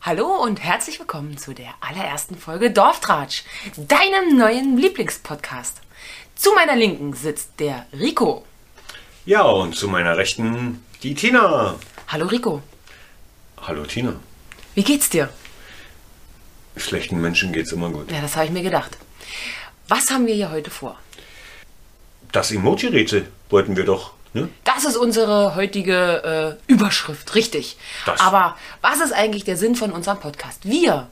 Hallo und herzlich willkommen zu der allerersten Folge Dorftratsch, deinem neuen Lieblingspodcast. Zu meiner Linken sitzt der Rico. Ja, und zu meiner Rechten die Tina. Hallo Rico, Hallo Tina. wie geht's dir? Schlechten Menschen geht's immer gut. Ja, das habe ich mir gedacht. Was haben wir hier heute vor? Das Emoji-Rätsel wollten wir doch, ne? Das ist unsere heutige äh, Überschrift, richtig. Das- Aber was ist eigentlich der Sinn von unserem Podcast? Wir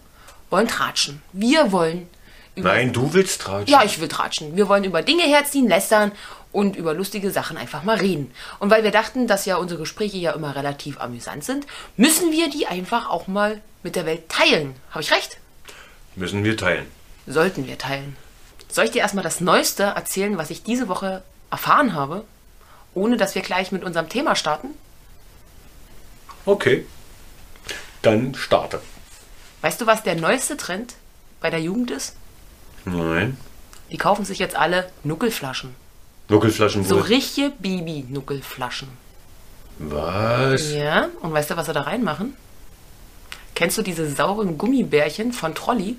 wollen tratschen. Wir wollen über Nein, du willst tratschen. Ja, ich will tratschen. Wir wollen über Dinge herziehen, lästern und über lustige Sachen einfach mal reden. Und weil wir dachten, dass ja unsere Gespräche ja immer relativ amüsant sind, müssen wir die einfach auch mal mit der Welt teilen. Habe ich recht? Müssen wir teilen. Sollten wir teilen. Soll ich dir erstmal das Neueste erzählen, was ich diese Woche erfahren habe, ohne dass wir gleich mit unserem Thema starten? Okay. Dann starte. Weißt du, was der neueste Trend bei der Jugend ist? Nein. Die kaufen sich jetzt alle Nuckelflaschen. Nuckelflaschen So wohl. richtige Baby-Nuckelflaschen. Was? Ja, und weißt du, was sie da reinmachen? Kennst du diese sauren Gummibärchen von Trolli?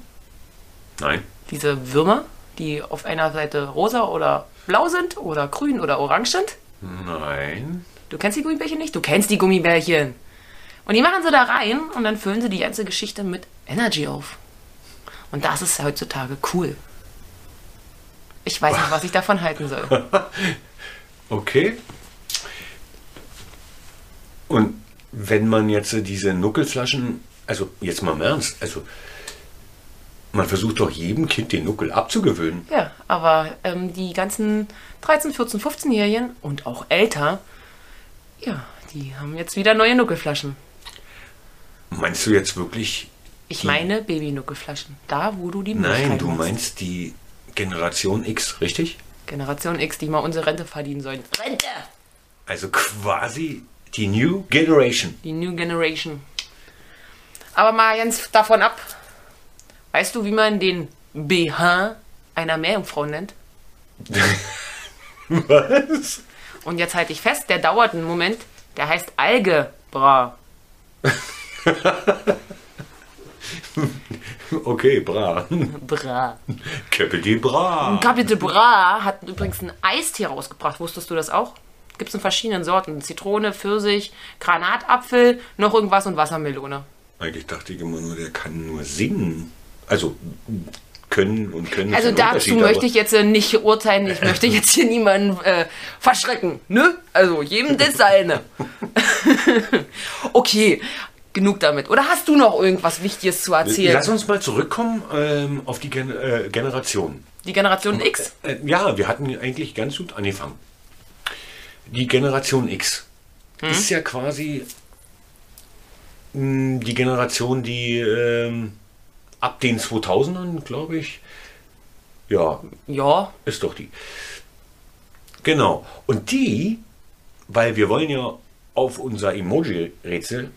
Nein. Diese Würmer, die auf einer Seite rosa oder blau sind oder grün oder orange sind? Nein. Du kennst die Gummibärchen nicht? Du kennst die Gummibärchen. Und die machen sie da rein und dann füllen sie die ganze Geschichte mit Energy auf. Und das ist heutzutage cool. Ich weiß nicht, was ich davon halten soll. Okay. Und wenn man jetzt diese Nuckelflaschen, also jetzt mal im Ernst, also man versucht doch jedem Kind den Nuckel abzugewöhnen. Ja, aber ähm, die ganzen 13, 14, 15-Jährigen und auch älter, ja, die haben jetzt wieder neue Nuckelflaschen. Meinst du jetzt wirklich? Ich die- meine Baby-Nuckelflaschen. Da, wo du die Milch Hm. Nein, du reinmachst. meinst die Generation X, richtig? Generation X, die mal unsere Rente verdienen sollen. Rente! Also quasi die New Generation. Die New Generation. Aber mal ganz davon ab. Weißt du, wie man den BH einer Meerjungfrau nennt? Was? Und jetzt halte ich fest, der dauert einen Moment. Der heißt Algebra. Okay, bra. Bra. Capital bra. Capital Bra hat übrigens einen Eistee rausgebracht. Wusstest du das auch? Gibt es in verschiedenen Sorten. Zitrone, Pfirsich, Granatapfel, noch irgendwas und Wassermelone. Eigentlich dachte ich immer nur, der kann nur singen. Also können und können. ist Also ein dazu Unterschied, möchte aber- ich jetzt äh, nicht urteilen. Ich möchte jetzt hier niemanden äh, verschrecken. Ne? Also jedem das seine. okay, genug damit. Oder hast du noch irgendwas Wichtiges zu erzählen? Lass uns mal zurückkommen ähm, auf die Gen äh, Generation. Die Generation X? Äh, ja, wir hatten eigentlich ganz gut angefangen. Die Generation X Hm? ist ja quasi mh, die Generation, die ähm, ab den 2000ern, glaube ich, ja, Ja, ist doch die. Genau. Und die, weil wir wollen ja auf unser Emoji-Rätsel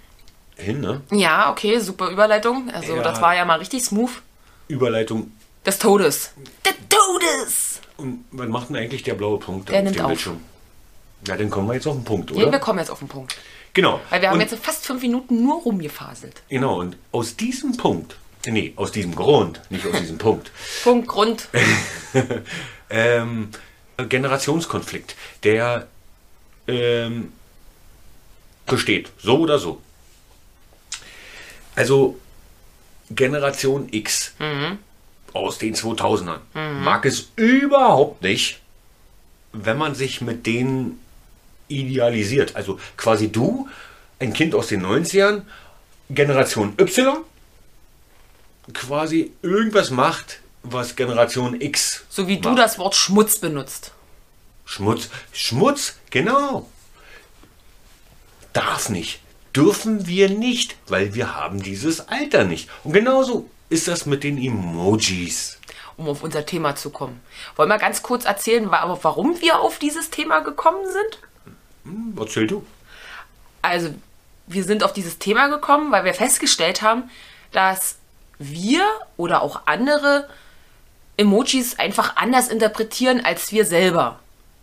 hin, ne? ja, okay, super Überleitung. Also Ja. das war ja mal richtig smooth. Überleitung. Des Todes. Des Todes! Und was macht denn eigentlich der blaue Punkt Der nimmt auf. Ja, dann kommen wir jetzt auf den Punkt, oder? Nee, wir kommen jetzt auf den Punkt. genau. Weil wir haben Und- jetzt fast fünf Minuten nur rumgefaselt. Genau, und aus diesem Punkt, nee, aus diesem Grund, nicht aus diesem Punkt, Punkt, Grund. ähm, Generationskonflikt, der ähm, besteht, so oder so. Also Generation X aus den 2000ern mag es überhaupt nicht, wenn man sich mit denen idealisiert. Also quasi du, ein Kind aus den 90ern, Generation Y, quasi irgendwas macht, was Generation X So wie du macht. das Wort Schmutz benutzt. Schmutz. Schmutz, genau. Darf nicht. Dürfen wir nicht, weil wir haben dieses Alter nicht. Und genauso ist das mit den Emojis. um auf unser Thema zu kommen. Wollen wir ganz kurz erzählen, wa- aber warum wir auf dieses Thema gekommen sind? Erzähl du. Also, wir sind auf dieses Thema gekommen, weil wir festgestellt haben, dass wir oder auch andere Emojis einfach anders interpretieren als wir selber.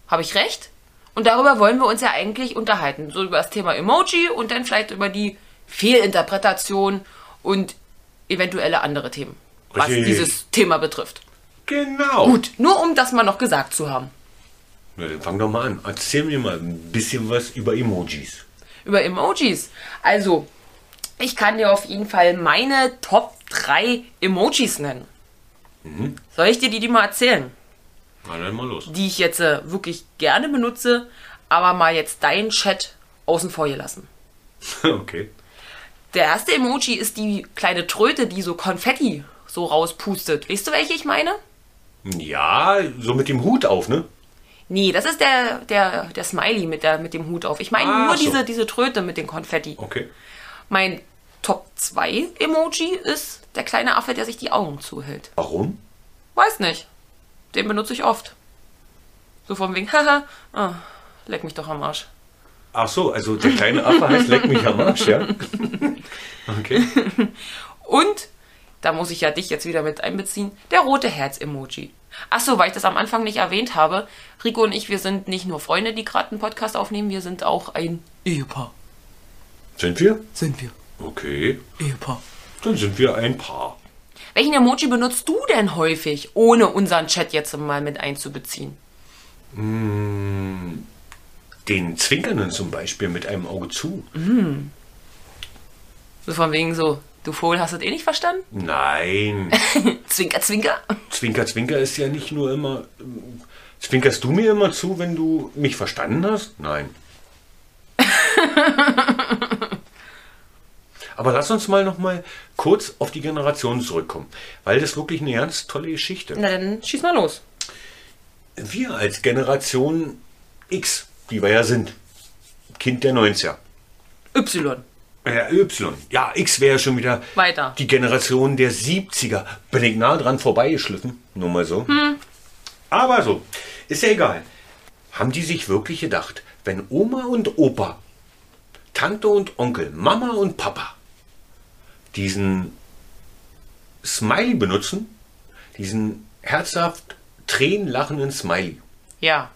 Habe ich recht? Und darüber wollen wir uns ja eigentlich unterhalten. So über das Thema Emoji und dann vielleicht über die Fehlinterpretation und eventuelle andere Themen, was Richtig. dieses Thema betrifft. Genau. Gut, nur um das mal noch gesagt zu haben. Na, dann fang doch mal an. Erzähl mir mal ein bisschen was über Emojis. über Emojis. Also, ich kann dir auf jeden Fall meine Top 3 Emojis nennen. Soll ich dir die, die mal erzählen? Na, dann mal los. Die ich jetzt äh, wirklich gerne benutze, aber mal jetzt deinen Chat außen vor gelassen. okay. Der erste Emoji ist die kleine Tröte, die so Konfetti so rauspustet. Weißt du, welche ich meine? Ja, so mit dem Hut auf, ne? Nee, das ist der, der, der Smiley mit, der, mit dem Hut auf. Ich meine Ach nur so. diese, diese Tröte mit dem Konfetti. Okay. Mein Top 2 Emoji ist der kleine Affe, der sich die Augen zuhält. Warum? Weiß nicht. Den benutze ich oft. So von wegen, haha, ah, leck mich doch am Arsch. Ach so, also der kleine Affe heißt Leck mich am Arsch, ja? okay. Und, da muss ich ja dich jetzt wieder mit einbeziehen, der rote Herz-Emoji. Achso, weil ich das am Anfang nicht erwähnt habe, Rico und ich, wir sind nicht nur Freunde, die gerade einen Podcast aufnehmen, wir sind auch ein Ehepaar. Sind wir? Sind wir Okay. Ehepaar. Dann sind wir ein Paar. Welchen Emoji benutzt du denn häufig, ohne unseren Chat jetzt mal mit einzubeziehen? Den Zwinkernden zum Beispiel mit einem Auge zu. So von wegen so, du Vogel hast das eh nicht verstanden? Nein. Zwinker, zwinker. Zwinker, Zwinker ist ja nicht nur immer. ähm, Zwinkerst du mir immer zu, wenn du mich verstanden hast? Nein. Aber lass uns mal noch mal kurz auf die Generation zurückkommen, weil das wirklich eine ganz tolle Geschichte. Na dann schieß mal los. Wir als Generation X, die wir ja sind, Kind der 90er, Y. ja, Y, ja, X wäre schon wieder Weiter. die Generation der 70er. Bin ich nah dran vorbeigeschliffen, nur mal so. Aber so, ist ja egal. Haben die sich wirklich gedacht, wenn Oma und Opa, Tante und Onkel, Mama und Papa diesen Smiley benutzen, diesen herzhaft tränenlachenden Smiley, Ja.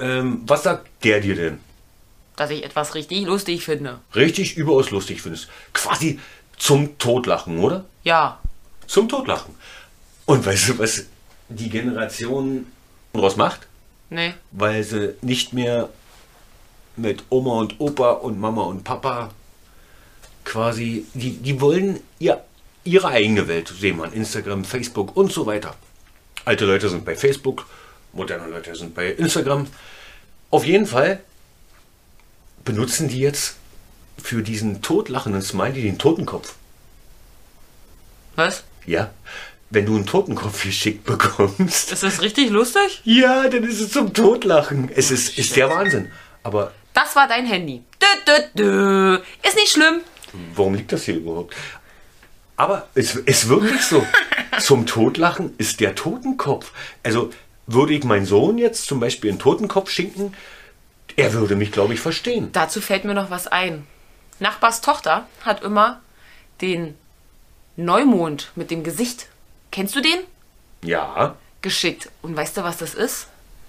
ähm, was sagt der dir denn? dass ich etwas richtig lustig finde. Richtig überaus lustig findest. Quasi zum Totlachen, oder? Ja, zum Totlachen. Und weißt du, was die Generation daraus macht? nee. Weil sie nicht mehr mit Oma und Opa und Mama und Papa quasi, die, die wollen ihr, ihre eigene Welt sehen, man. Instagram, Facebook und so weiter. Alte Leute sind bei Facebook, moderne Leute sind bei Instagram. Auf jeden Fall benutzen die jetzt für diesen totlachenden Smiley den Totenkopf. Was? Ja, wenn du einen Totenkopf geschickt bekommst. Ist das richtig lustig? Ja, dann ist es zum Totlachen. Es ist, ist der Wahnsinn. Aber Das war dein Handy. Dö, dö, dö. Ist nicht schlimm. warum liegt das hier überhaupt? Aber es ist wirklich so. Zum Totlachen ist der Totenkopf. Also würde ich meinen Sohn jetzt zum Beispiel einen Totenkopf schinken, er würde mich, glaube ich, verstehen. Dazu fällt mir noch was ein. Nachbars Tochter hat immer den Neumond mit dem Gesicht. Kennst du den? Ja. ne. Geschickt. Und weißt du, was das ist?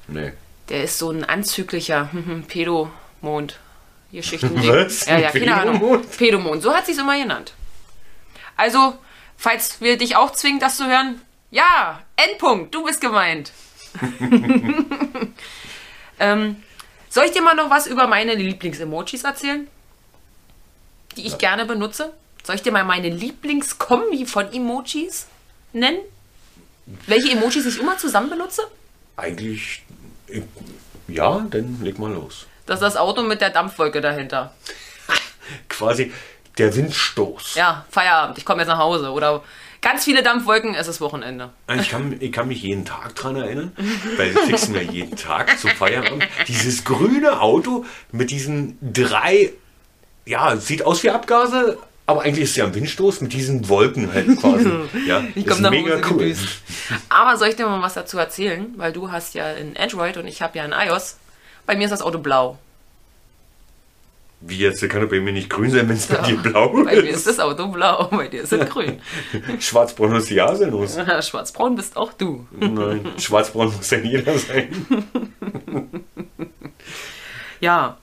Nee. Der ist so ein anzüglicher Pedomond. Geschichten. Was? Ja, ja, keine Ahnung. Pedomond? Pedomond, so hat sie es immer genannt. Also, falls wir dich auch zwingen, das zu hören, ja, Endpunkt, du bist gemeint. ähm, soll ich dir mal noch was über meine Lieblings-Emojis erzählen? Die ich gerne benutze? Soll ich dir mal meine Lieblingskombi von Emojis nennen? Welche Emojis ich immer zusammen benutze? Eigentlich, ich- ja, dann leg mal los. Das ist das Auto mit der Dampfwolke dahinter. Quasi der Windstoß. Ja, Feierabend, ich komme jetzt nach Hause. Oder ganz viele Dampfwolken, es ist Wochenende. Also Ich kann, ich kann mich jeden Tag dran erinnern, weil wir fixen ja jeden Tag zum Feierabend. Dieses grüne Auto mit diesen drei, ja, sieht aus wie Abgase, aber eigentlich ist es ja ein Windstoß mit diesen Wolken halt quasi. Ja, Ich ist komme nach Hause gedüst. Aber soll ich dir mal was dazu erzählen? Weil du hast ja ein Android und ich habe ja ein iOS. Bei mir ist das Auto blau. Wie jetzt, kann doch bei mir nicht grün sein, wenn es bei dir blau Bei mir ist ist. das Auto blau, bei dir ist es grün. Schwarzbraun ist ja sinnlos. Schwarzbraun bist auch du. Nein, schwarzbraun muss ja jeder sein. Ja.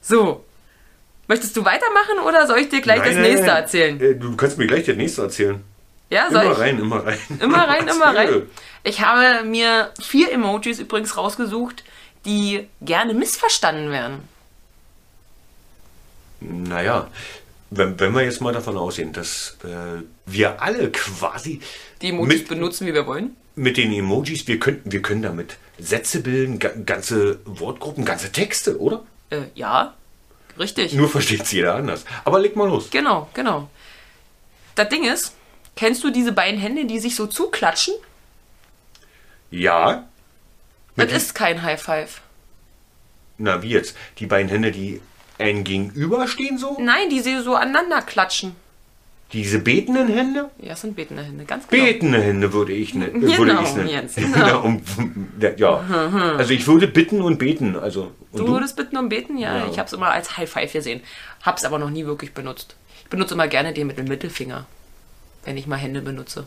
So. Möchtest du weitermachen oder soll ich dir gleich das nächste erzählen? Äh, Du kannst mir gleich das nächste erzählen. Ja, soll Immer ich? rein, immer rein. Immer rein, immer Erzähl. rein. Ich habe mir vier Emojis übrigens rausgesucht, die gerne missverstanden werden. Naja, wenn, wenn wir jetzt mal davon ausgehen, dass äh, wir alle quasi Die Emojis mit, benutzen, wie wir wollen. mit den Emojis, wir, könnten, wir können damit Sätze bilden, ga, ganze Wortgruppen, ganze Texte, oder? Äh, ja, richtig. Nur versteht es jeder anders. Aber leg mal los. Genau, genau. Das Ding ist, kennst du diese beiden Hände, die sich so zuklatschen? Ja, Das ist kein High Five. na wie jetzt? Die beiden Hände, die ein gegenüberstehen so? Nein, die sie so aneinander klatschen. Diese betenden Hände? Ja, es sind betende Hände, ganz genau. Betende Hände würde ich nennen. Genau, würde ich's nennen. Jens, Na, genau. Mhm. um, ja. Also ich würde bitten und beten. Also, und Du würdest bitten und beten? Ja, Ja. ich hab's immer als High Five gesehen. Hab's aber noch nie wirklich benutzt. Ich benutze immer gerne den mit dem Mittelfinger, wenn ich mal Hände benutze.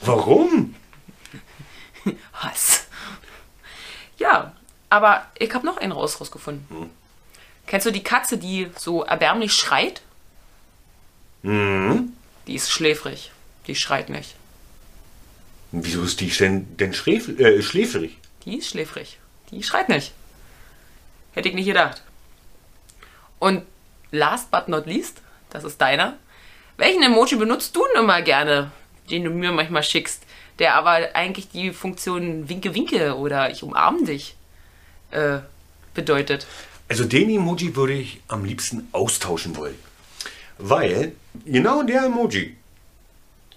Warum? Hass. Ja, aber ich habe noch einen raus rausgefunden. Kennst du die Katze, die so erbärmlich schreit? Die ist schläfrig. Die schreit nicht. Wieso ist die denn, denn schräf, äh, schläfrig? Die ist schläfrig. Die schreit nicht. Hätte ich nicht gedacht. Und last but not least, das ist deiner. Welchen Emoji benutzt du denn immer gerne, den du mir manchmal schickst, der aber eigentlich die Funktion Winke Winke oder ich umarme dich äh, bedeutet? Also den Emoji würde ich am liebsten austauschen wollen. Weil genau der Emoji,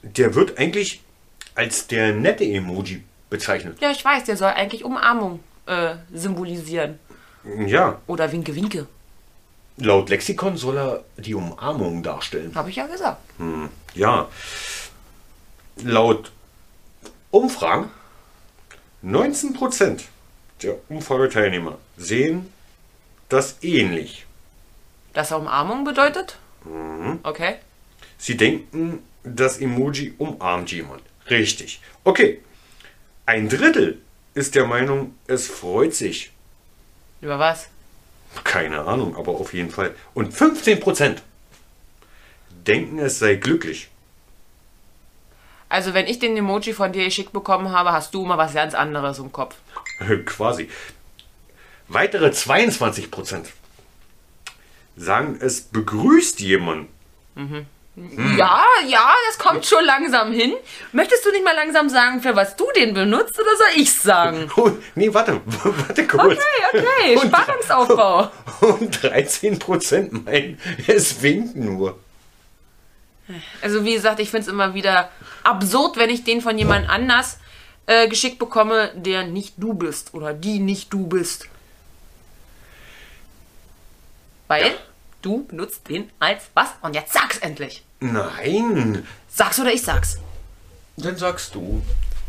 der wird eigentlich als der nette Emoji bezeichnet. Ja, ich weiß, der soll eigentlich Umarmung äh, symbolisieren. Ja, Oder Winke Winke, laut Lexikon soll er die Umarmung darstellen. habe ich ja gesagt. Ja, laut Umfragen 19% der Umfrageteilnehmer sehen das ähnlich. Dass er Umarmung bedeutet? Okay. Sie denken, das Emoji umarmt jemand. Richtig. Okay. Ein Drittel ist der Meinung, es freut sich. Über was? Keine Ahnung, aber auf jeden Fall. Und 15% denken, es sei glücklich. Also, wenn ich den Emoji von dir geschickt bekommen habe, hast du immer was ganz anderes im Kopf. Quasi. Weitere 22% sagen, es begrüßt jemanden. Ja, ja, das kommt schon langsam hin. Möchtest du nicht mal langsam sagen, für was du den benutzt, oder soll ich sagen? Oh, nee, warte, warte kurz. Hm. Okay, okay, Und- Spannungsaufbau. Und 13% meinen, es winkt nur. Also wie gesagt, ich finde es immer wieder absurd, wenn ich den von jemand anders äh, geschickt bekomme, der nicht du bist oder die nicht du bist. Weil du benutzt den als was? Und jetzt sag's endlich. Nein, Sag's oder ich sag's. Dann sagst du.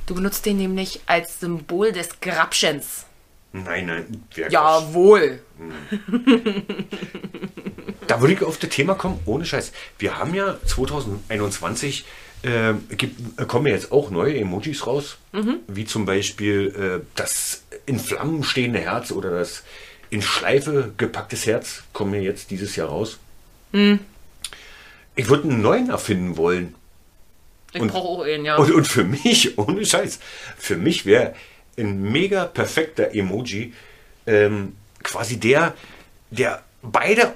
Du benutzt den nämlich als Symbol des Grabschens. Nein, nein. Wer Jawohl. Da würde ich auf das Thema kommen, ohne Scheiß. Wir haben ja 2021, äh, gibt, äh, kommen ja jetzt auch neue Emojis raus, wie zum Beispiel äh, das in Flammen stehende Herz oder das in Schleife gepacktes Herz, kommen ja jetzt dieses Jahr raus. Mhm. Ich würde einen neuen erfinden wollen. Ich brauche auch einen, ja. Und, und für mich, ohne Scheiß, für mich wäre ein mega perfekter Emoji ähm, quasi der, der beide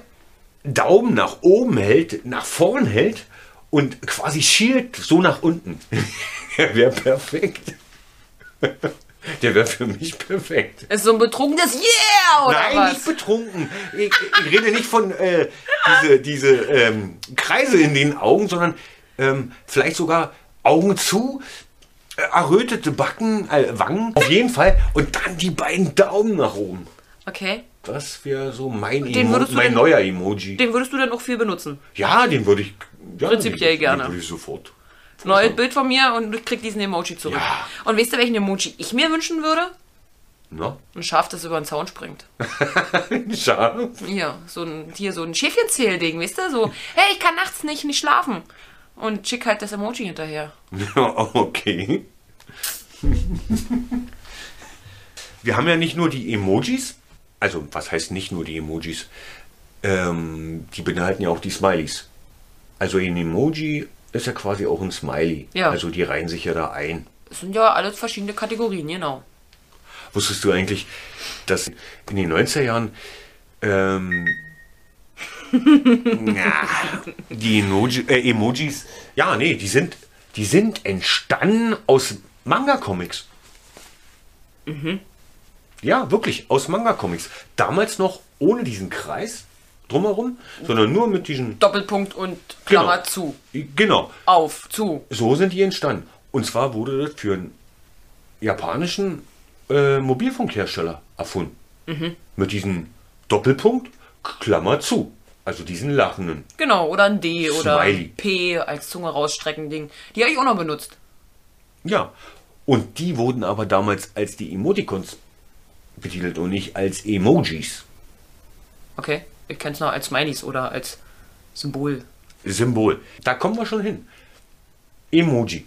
Daumen nach oben hält, nach vorn hält und quasi schielt so nach unten. der wäre perfekt. der wäre für mich perfekt. Ist so ein betrunkenes Yeah oder Nein, was? nicht betrunken. Ich, ich rede nicht von äh, diese, diese ähm, Kreise in den Augen, sondern ähm, vielleicht sogar Augen zu, äh, errötete Backen, äh, Wangen. Auf jeden Fall. Und dann die beiden Daumen nach oben. Okay. Das wäre so mein, Den Emo würdest du mein denn- neuer Emoji. Den würdest du dann auch viel benutzen. ja, den würde ich. Ja, Prinzipiell den, gerne. Den würde ich sofort. Neues Bild von mir und ich krieg diesen Emoji zurück. Ja. Und weißt du, welchen Emoji ich mir wünschen würde? Na? Ein Schaf, das über den Zaun springt. Schade. Hier, so ein, hier so ein Schäfchenzähl-Ding, weißt du? So, hey, ich kann nachts nicht, nicht schlafen. Und schick halt das Emoji hinterher. okay. Wir haben ja nicht nur die Emojis, also was heißt nicht nur die Emojis, ähm, die beinhalten ja auch die Smileys. Also ein Emoji ist ja quasi auch ein Smiley. Ja. Also die reihen sich ja da ein. Es sind ja alles verschiedene Kategorien, genau. Wusstest du eigentlich, dass in den 90er Jahren ähm, na, die Emoji, äh, Emojis, ja, nee, die sind, die sind entstanden aus Manga-Comics. Mhm. Ja, wirklich, aus Manga-Comics. Damals noch ohne diesen Kreis drumherum, sondern nur mit diesen. Doppelpunkt und Klammer Genau. zu, Genau, auf, zu. so sind die entstanden. Und zwar wurde das für einen japanischen äh, Mobilfunkhersteller erfunden. Mit diesem Doppelpunkt, Klammer zu. Also diesen lachenden. Genau, oder ein D oder Smiley. ein P als Zunge rausstrecken Ding. Die habe ich auch noch benutzt. Ja. Und die wurden aber damals als die Emoticons betitelt und nicht als Emojis. Okay, ich kenne es noch als Smileys oder als Symbol. Symbol. Da kommen wir schon hin. Emoji.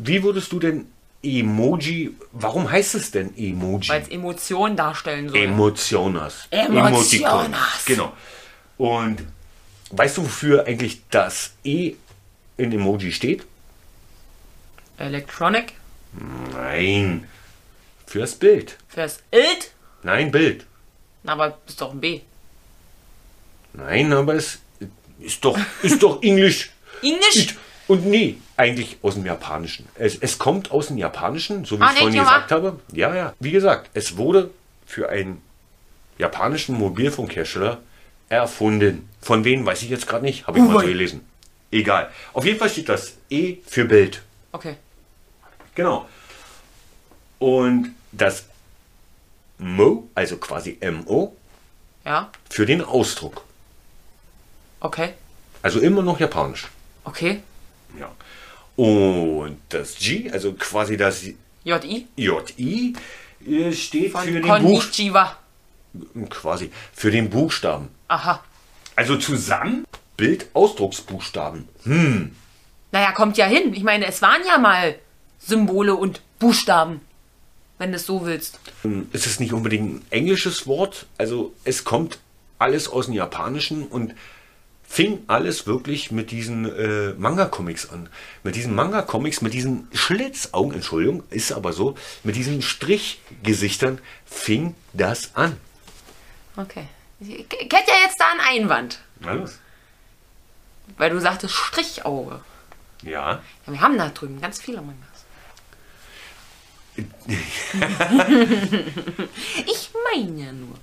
Wie würdest du denn Emoji, warum heißt es denn Emoji? Weil es Emotionen darstellen soll. Emotionas. Emotionas. Emoticons. Genau. Und weißt du, wofür eigentlich das E in Emoji steht? Electronic Nein. Fürs Bild. fürs It. Nein, Bild. Na, aber ist doch ein B. Nein, aber es ist doch, ist doch Englisch. Englisch? It. Und nee, eigentlich aus dem Japanischen. Es, es kommt aus dem Japanischen, so wie Ah, ich vorhin nicht wahr? gesagt habe. Ja, ja. Wie gesagt, es wurde für einen japanischen Mobilfunkhersteller erfunden. Von wem weiß ich jetzt gerade nicht, habe ich mal Huawei. so gelesen. Egal. Auf jeden Fall steht das E für Bild. Okay. Genau. Und das Mo, also quasi MO, Ja, für den Ausdruck. okay. Also immer noch japanisch. Okay. Ja. Und das G, also quasi das J.I. JI, äh, steht für den Buchstaben. Konnichiwa. Quasi für den Buchstaben. Aha. Also zusammen Bildausdrucksbuchstaben. Naja, kommt ja hin. Ich meine, es waren ja mal Symbole und Buchstaben. Wenn du es so willst. Ähm, Es ist nicht unbedingt ein englisches Wort, also es kommt alles aus dem Japanischen und fing alles wirklich mit diesen äh, Manga-Comics an. Mit diesen Manga-Comics, mit diesen Schlitzaugen, Entschuldigung, ist aber so, mit diesen Strichgesichtern fing das an. Okay. Ich ich hätte ja jetzt da einen Einwand. Na los. Weil du sagtest Strichauge. Ja. Ja, wir haben da drüben ganz viele Mangas. ich meine ja nur,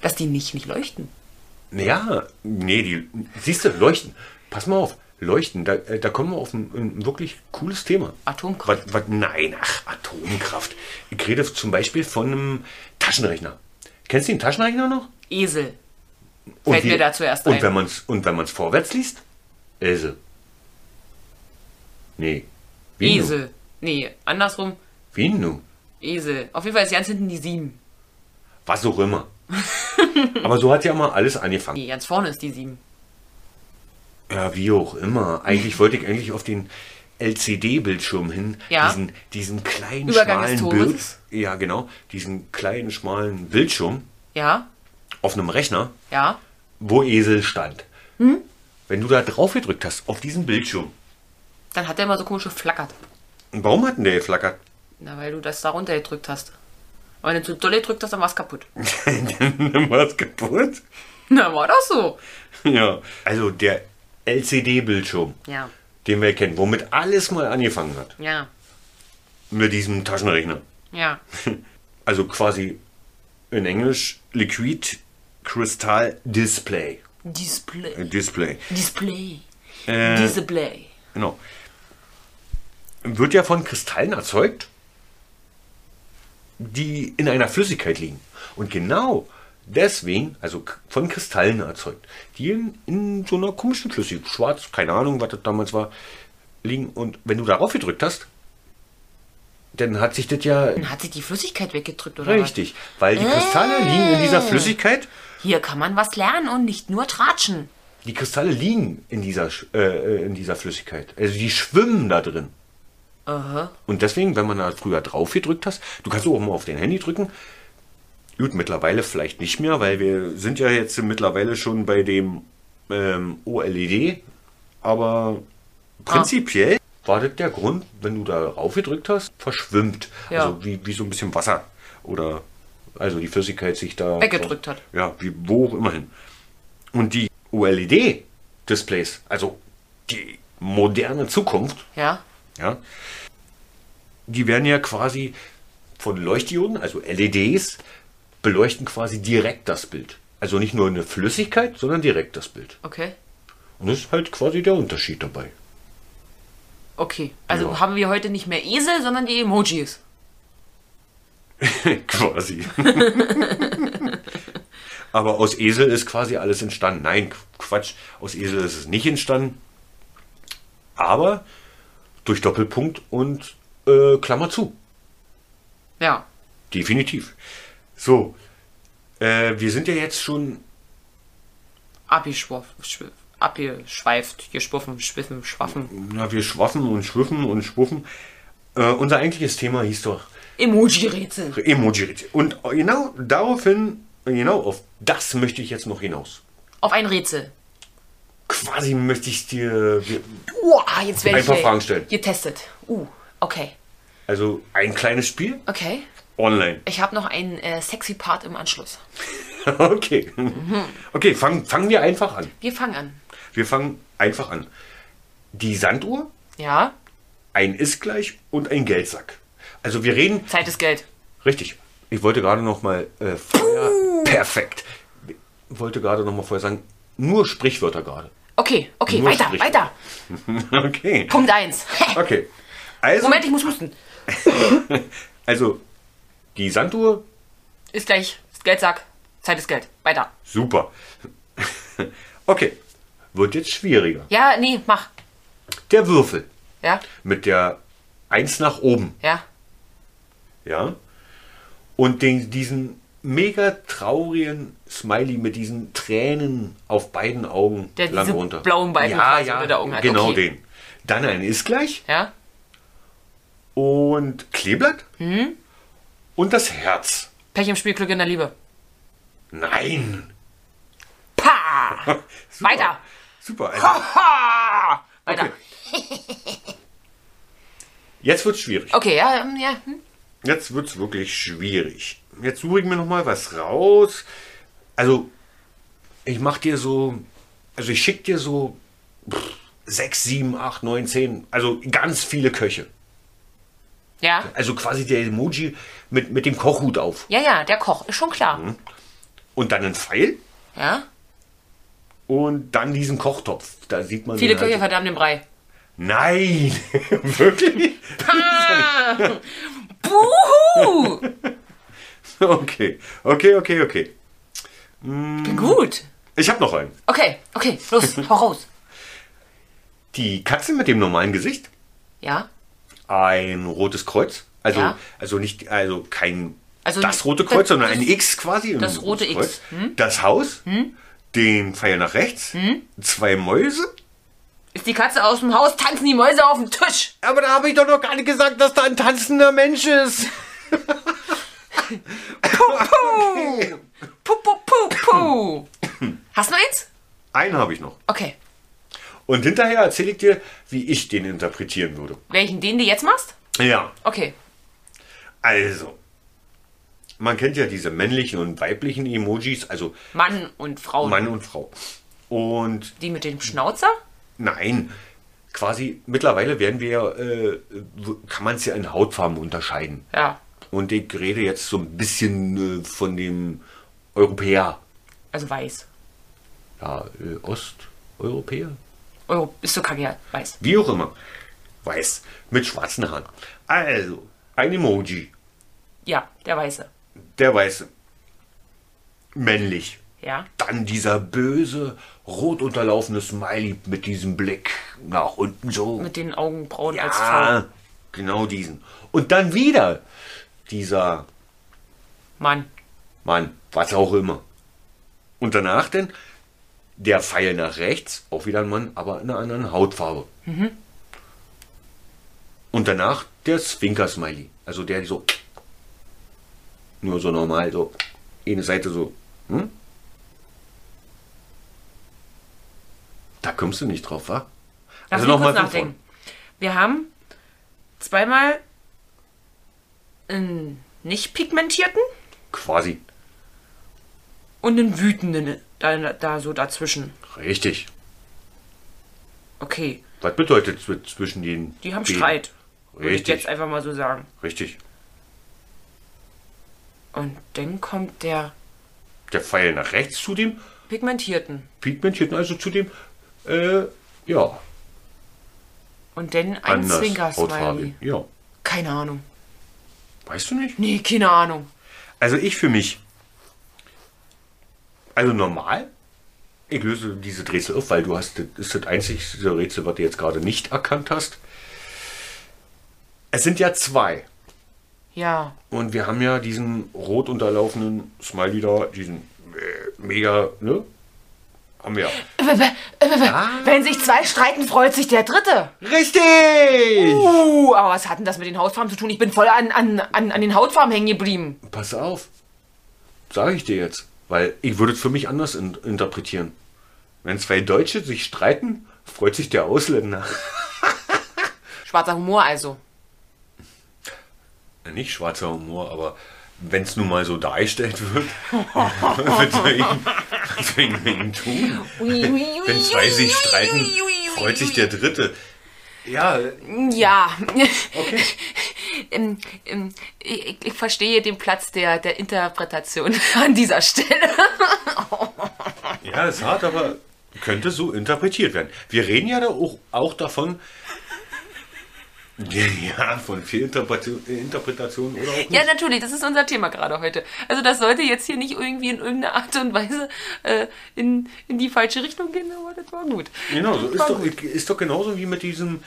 dass die nicht, nicht leuchten. Ja, nee, die, siehst du, leuchten. Pass mal auf, leuchten, da, äh, da kommen wir auf ein, ein wirklich cooles Thema. Atomkraft. Was, was, nein, ach, Atomkraft. Ich rede zum Beispiel von einem Taschenrechner. Kennst du den Taschenrechner noch? Esel. Fällt mir dazu erst und ein. Wenn man's, und wenn man es vorwärts liest? Esel. Nee. Wie nu? Esel. Nee, andersrum. Wie nu? Esel. Auf jeden Fall ist ganz hinten die 7. Was auch immer. Aber so hat ja mal alles angefangen. Nee, ganz vorne ist die 7. Ja, wie auch immer. Eigentlich wollte ich eigentlich auf den LCD-Bildschirm hin, Ja. diesen, diesen kleinen Übergang des schmalen Bild, Todes. ja genau, diesen kleinen schmalen Bildschirm Ja, auf einem Rechner, ja. wo Esel stand. Hm? Wenn du da drauf gedrückt hast auf diesen Bildschirm, Dann hat der immer so komische Flackert. warum hat denn der geflackert? Na, weil du das da runter gedrückt hast. Und wenn du zu doll gedrückt hast, dann war's kaputt. Dann war es kaputt. Na, war das so? Ja, also der LCD-Bildschirm, Ja, den wir kennen, womit alles mal angefangen hat, ja, mit diesem Taschenrechner. ja. Also quasi in Englisch Liquid Crystal Display. Display. Äh, Display. Display. Display. Genau. Wird ja von Kristallen erzeugt, die in einer Flüssigkeit liegen. Und genau deswegen, also k- von Kristallen erzeugt, die in, in so einer komischen Flüssigkeit, schwarz, keine Ahnung, was das damals war, liegen. Und wenn du darauf gedrückt hast, dann hat sich das ja Dann hat sich die Flüssigkeit weggedrückt, oder richtig, weil die Kristalle liegen in dieser Flüssigkeit was? Hier kann man was lernen und nicht nur tratschen. Die Kristalle liegen in dieser, Sch- äh, in dieser Flüssigkeit. Also die schwimmen da drin. Und deswegen, wenn man da früher drauf gedrückt hast, du kannst auch mal auf dein Handy drücken, Gut, mittlerweile vielleicht nicht mehr, weil wir sind ja jetzt mittlerweile schon bei dem ähm, OLED. Aber prinzipiell war das der Grund, wenn du da raufgedrückt hast, verschwimmt. Ja. Also wie, wie so ein bisschen Wasser. Oder also die Flüssigkeit sich da. Weggedrückt hat. Ja, wie, wo auch immerhin. Und die OLED-Displays, also die moderne Zukunft, Ja. ja, die werden ja quasi von Leuchtdioden, also LEDs, beleuchten quasi direkt das Bild. Also nicht nur eine Flüssigkeit, sondern direkt das Bild. Okay. Und das ist halt quasi der Unterschied dabei. Okay. Also Ja. haben wir heute nicht mehr Esel, sondern die Emojis. quasi. Aber aus Esel ist quasi alles entstanden. Nein, Quatsch. Aus Esel ist es nicht entstanden. Aber durch Doppelpunkt und äh, Klammer zu. Ja. Definitiv. So, äh, wir sind ja jetzt schon Abgeschwoff- schw- Abgeschweift, geschwuffen, schwiffen, schwaffen. Na, wir schwaffen und schwiffen und schwuffen. Äh, unser eigentliches Thema hieß doch Emoji-Rätsel. emoji Und genau daraufhin, genau auf das möchte ich jetzt noch hinaus. Auf ein Rätsel. Quasi möchte ich dir, wir- Uah, jetzt werde ich Einfach hier Fragen stellen. getestet. Uh, okay. also ein kleines Spiel Okay. online. Ich habe noch einen äh, sexy Part im Anschluss. Okay. Okay, fangen fangen wir einfach an. Wir fangen an. Wir fangen einfach an. Die Sanduhr, Ja? ein ist gleich und ein Geldsack. Also wir reden Zeit ist Geld. Richtig. Ich wollte gerade noch mal äh, vorher, perfekt. Ich wollte gerade noch mal vorher sagen, nur Sprichwörter gerade. Okay, okay, Nur weiter, Strich. weiter. Okay. Punkt 1. Okay. Also, Moment, ich muss husten. also die Sanduhr Ist gleich. Ist Geldsack. Zeit ist Geld. Weiter. super. Okay. Wird jetzt schwieriger. Ja, nee, mach. Der Würfel Ja, mit der 1 nach oben, ja. ja? Und den, diesen mega traurigen Smiley mit diesen Tränen auf beiden Augen Der lang diese runter. blauen Balken ja, quasi ja, unter der Augen hat. genau Okay. den. Dann ein ist gleich. Ja? und Kleeblatt Hm? und das Herz. Pech im Spiel, Glück in der Liebe. Nein. Pa! Super. Weiter. Super. Also, Ha! Weiter. Okay. jetzt wird's schwierig. Okay, ja, ähm, ja. hm. Jetzt wird's wirklich schwierig. Jetzt suche ich mir noch mal was raus. Also ich mach dir so, also ich schick dir so pff, sechs, sieben, acht, neun, zehn, also ganz viele Köche. Ja. Also quasi der Emoji mit, mit dem Kochhut auf. Ja, ja, der Koch, ist schon klar. Mhm. Und dann ein Pfeil Ja? und dann diesen Kochtopf. Da sieht man Viele den Köche halt. verderben den Brei. Nein, wirklich? Buhu! Okay, okay, okay, okay. Gut. Ich habe noch einen. Okay, okay, los, hau raus. Die Katze mit dem normalen Gesicht, Ja? ein rotes Kreuz, also Ja. also nicht also kein Also das rote das- Kreuz, sondern das- ein X quasi. ein das rotes rote X, Hm? Kreuz. Das Haus, den Pfeil nach rechts, zwei Mäuse. Ist die Katze aus dem Haus, tanzen die Mäuse auf dem Tisch. Aber da habe ich doch noch gar nicht gesagt, dass da ein tanzender Mensch ist. okay. Puh, puh, puh, puh. Hast du noch eins? Einen habe ich noch. Okay. Und hinterher erzähle ich dir, wie ich den interpretieren würde. Welchen, den du jetzt machst? Ja. Okay. Also, man kennt ja diese männlichen und weiblichen Emojis, also Mann und Frau. Mann und Frau. Und Die mit dem Schnauzer? nein, quasi mittlerweile werden wir, ja, äh, kann man es ja in Hautfarben unterscheiden. Ja. Und ich rede jetzt so ein bisschen äh, von dem Europäer, Also weiß. ja, äh, Osteuropäer, Euro ist so kacke, ja, weiß. wie auch immer, weiß, mit schwarzen Haaren. Also, ein Emoji, Ja, der Weiße. der weiße, männlich. Ja. Dann dieser böse, rot unterlaufene Smiley mit diesem Blick nach unten so. Mit den Augenbrauen als Frau. ah, genau diesen. Und dann wieder dieser Mann. Mann, was auch immer. Und danach denn der Pfeil nach rechts, auch wieder ein Mann, aber in einer anderen Hautfarbe. Mhm. Und danach der Zwinker-Smiley, also der so nur so normal so eine Seite so. Hm? Da kommst du nicht drauf, wa? Also Lass mich kurz nachdenken. Wir haben zweimal einen nicht pigmentierten Quasi. und einen wütenden da, da so dazwischen. Richtig. Okay, Was bedeutet zw- zwischen den. die haben beiden? Streit. Würde ich Richtig. jetzt einfach mal so sagen. Richtig. Und dann kommt der Der Pfeil nach rechts zu dem pigmentierten. pigmentierten, also zu dem. Äh, ja. Und dann ein Anders. Zwinker-Smiley. Hautfarbe. Ja. Keine Ahnung. Weißt du nicht? Nee, keine Ahnung. Also ich für mich. Also normal. Ich löse diese Rätsel auf, weil du hast, das ist das einzige Rätsel, was du jetzt gerade nicht erkannt hast. Es sind ja zwei. Ja, Und wir haben ja diesen rot unterlaufenen Smiley da, diesen äh, mega, ne? Haben wir. Äh, Wenn sich zwei streiten, freut sich der Dritte. Richtig! Uh, aber was hat denn das mit den Hautfarben zu tun? Ich bin voll an, an, an, an den Hautfarben hängen geblieben. Pass auf. Sage ich dir jetzt. Weil ich würde es für mich anders in interpretieren. Wenn zwei Deutsche sich streiten, freut sich der Ausländer. Schwarzer Humor also. Nicht schwarzer Humor, aber wenn es nun mal so dargestellt wird, wird er ihn, was wir ihm wegen tun. Wenn zwei sich streiten, freut sich der Dritte. Ja, Ja. okay. Ähm, ähm, ich, ich verstehe den Platz der, der Interpretation an dieser Stelle. Ja, ist hart, aber könnte so interpretiert werden. Wir reden ja da auch, auch davon. Ja, von Fehlinterpretation Interpretation oder auch nicht. Ja, natürlich, das ist unser Thema gerade heute. Also das sollte jetzt hier nicht irgendwie in irgendeiner Art und Weise äh, in, in die falsche Richtung gehen, aber das war gut. Genau, so ist War doch, gut. ist doch genauso wie mit diesem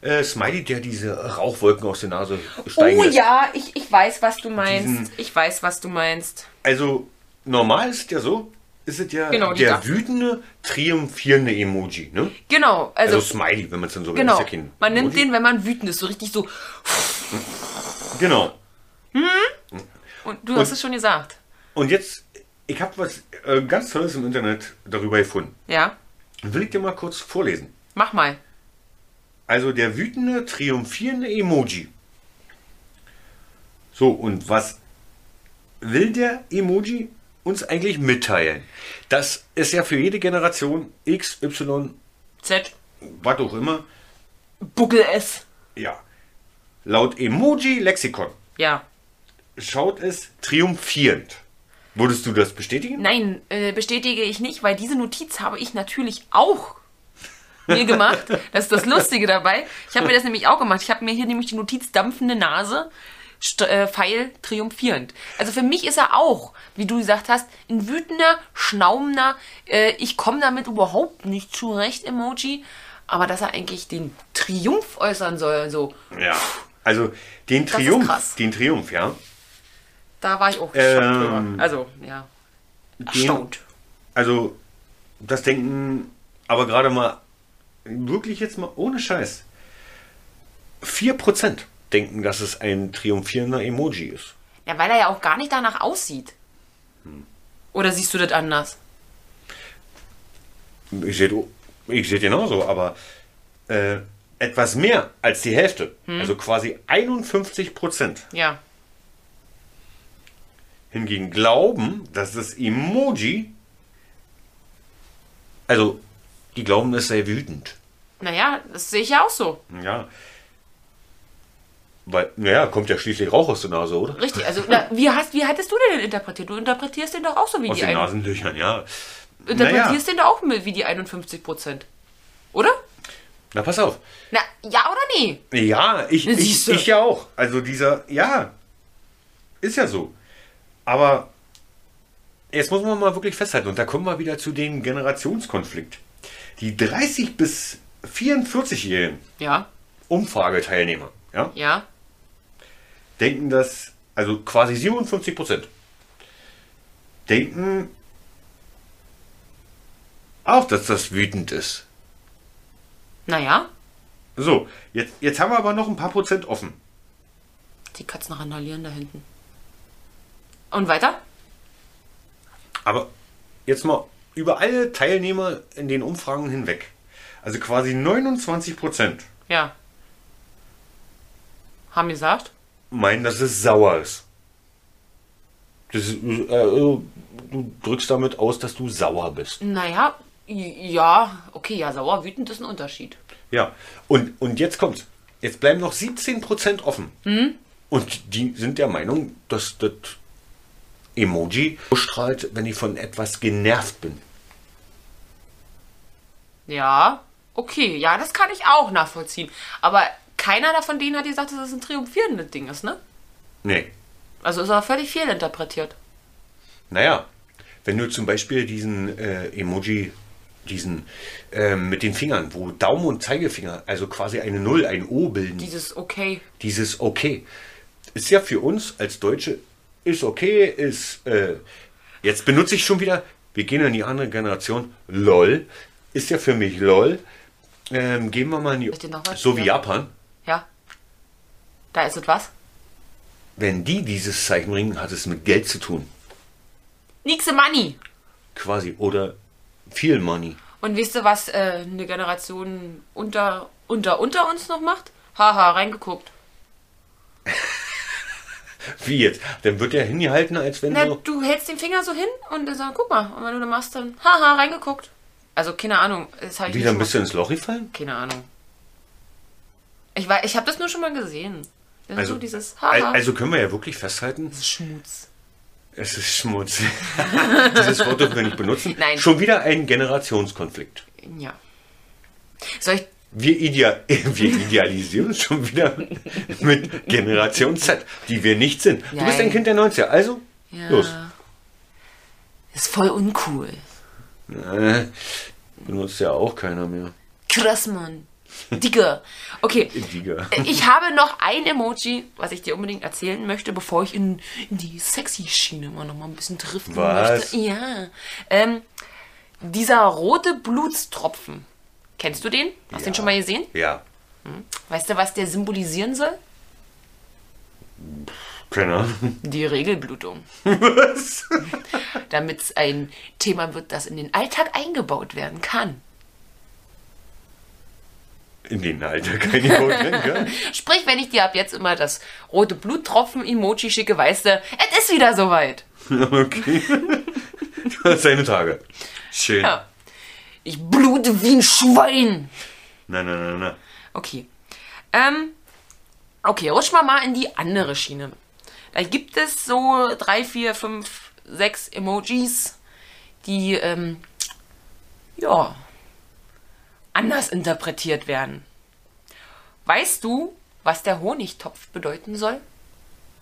äh, Smiley, der diese Rauchwolken aus der Nase steigen Oh lässt. ja, ich, ich weiß, was du meinst. Diesen- Ich weiß, was du meinst. Also normal ist es ja so, ist es ja Genau, die der da. wütende, triumphierende Emoji, ne? Genau, also, Also Smiley, wenn man es dann so will, genau. ist ja kein Man nimmt Emoji. den, wenn man wütend ist, so richtig so. Genau. Und du hast es schon gesagt. Und jetzt, ich habe was äh, ganz Tolles im Internet darüber gefunden. Ja, Will ich dir mal kurz vorlesen. mach mal. Also der wütende, triumphierende Emoji. So, und was will der Emoji uns eigentlich mitteilen? Dass es ja für jede Generation X, Y, Z, was auch immer, buckel es. ja, laut Emoji-Lexikon Ja. schaut es triumphierend. Würdest du das bestätigen? Nein, äh, bestätige ich nicht, weil diese Notiz habe ich natürlich auch mir gemacht. Das ist das Lustige dabei. Ich habe mir das nämlich auch gemacht. Ich habe mir hier nämlich die Notiz dampfende Nase, St äh, Pfeil triumphierend. Also für mich ist er auch, wie du gesagt hast, ein wütender, schnaumender, äh, ich komme damit überhaupt nicht zurecht Emoji. Aber dass er eigentlich den Triumph äußern soll, so, Ja. Also den ist Triumph, krass. den Triumph, ja. da war ich auch Ähm, geschockt drüber. Also, ja, erstaunt. Also, das denken aber gerade mal, wirklich jetzt mal ohne Scheiß, 4% denken, dass es ein triumphierender Emoji ist. Ja, weil er ja auch gar nicht danach aussieht. Hm. Oder siehst du das anders? Ich sehe ich seh genauso, aber äh, etwas mehr als die Hälfte, also quasi 51%, Ja. hingegen glauben, dass das Emoji, also die glauben, es sei wütend. Naja, das sehe ich ja auch so. Ja. Weil, naja, kommt ja schließlich Rauch aus der Nase, oder? Richtig. Also, na, wie, hast, wie hattest du den denn interpretiert? Du interpretierst den doch auch so wie Aus die den ein, Nasenlöchern, ja. Interpretierst den doch auch mit- wie die 51 Prozent. Oder? Na, pass auf. Na, ja oder nee? Ja, ich, ich, Siehste. ich ja auch. Also dieser, ja, ist ja so. Aber jetzt muss man mal wirklich festhalten. Und da kommen wir wieder zu dem Generationskonflikt. Die 30 bis 44-jährigen Ja, Umfrageteilnehmer ja, ja. denken, dass, also quasi 57 Prozent, denken auch, dass das wütend ist. Naja, So, jetzt, jetzt haben wir aber noch ein paar Prozent offen. die Katzen randalieren da hinten. Und weiter? Aber jetzt mal über alle Teilnehmer in den Umfragen hinweg. Also quasi 29 Prozent Ja. Haben gesagt? meinen, dass es sauer ist. Das ist äh, also, du drückst damit aus, dass du sauer bist. Naja, j- ja, okay, ja, sauer, wütend ist ein Unterschied. Ja. Und, und jetzt kommt's. Jetzt bleiben noch 17 Prozent offen. Und die sind der Meinung, dass das Emoji strahlt, wenn ich von etwas genervt bin. Ja, okay, ja, das kann ich auch nachvollziehen. Aber keiner davon denen hat gesagt, dass es ein triumphierendes Ding ist, ne? Nee. Also ist er völlig fehlinterpretiert. Naja, wenn du zum Beispiel diesen äh, Emoji, diesen ähm, mit den Fingern, wo Daumen und Zeigefinger, also quasi eine Null, ein O bilden, Dieses okay. dieses Okay, ist ja für uns als Deutsche, ist okay, ist, äh, jetzt benutze ich schon wieder, wir gehen in die andere Generation, LOL, ist ja für mich LOL, ähm, gehen wir mal in die, Möchte noch was? so wie Ja. Japan, Ja. Da ist es was? wenn die dieses Zeichen bringen, hat es mit Geld zu tun, Nixe Money. quasi, oder viel Money. Und weißt du, was äh, eine Generation unter, unter, unter uns noch macht? Haha, reingeguckt. Wie jetzt? Dann wird der hingehalten, als wenn Na, so. du hältst den Finger so hin und dann sagst, guck mal. Und wenn du dann machst, dann haha, reingeguckt. Also, keine Ahnung. Das hab ich Wieder schon ein mal- bisschen ins Loch gefallen? Keine Ahnung. Ich, wei- ich habe das nur schon mal gesehen. Das ist so dieses Also, al- haha. also können wir ja wirklich festhalten, Schmutz. es ist Schmutz. Dieses Wort dürfen wir nicht benutzen. Nein. Schon wieder ein Generationskonflikt. Ja. Soll ich Wir, idea wir idealisieren uns schon wieder mit Generation Z, die wir nicht sind. Du bist Nein. ein Kind der 90er, also Ja. los. äh, Ist voll uncool. Äh, benutzt ja auch keiner mehr. Krass, Mann. Digga. Okay. Äh, Digga. Ich habe noch ein Emoji, was ich dir unbedingt erzählen möchte, bevor ich in, in die sexy Schiene mal noch mal ein bisschen driften Was? möchte. Ja. Ähm, dieser rote Blutstropfen. Kennst du den? Hast du den schon mal gesehen? Ja, Weißt du, was der symbolisieren soll? keiner. Die Regelblutung. Was? Damit es ein Thema wird, das in den Alltag eingebaut werden kann. In den Alter kann ich auch denken. Sprich, wenn ich dir ab jetzt immer das rote Bluttropfen-Emoji schicke, weißt du, es ist wieder soweit. Okay. Das ist seine Tage. Schön. Ja. Ich blute wie ein Schwein. Nein, nein, nein, nein. Okay. Ähm, okay, rutschen wir mal in die andere Schiene. Da gibt es so drei, vier, fünf, sechs Emojis, die, ähm, ja, anders interpretiert werden. Weißt du, was der Honigtopf bedeuten soll?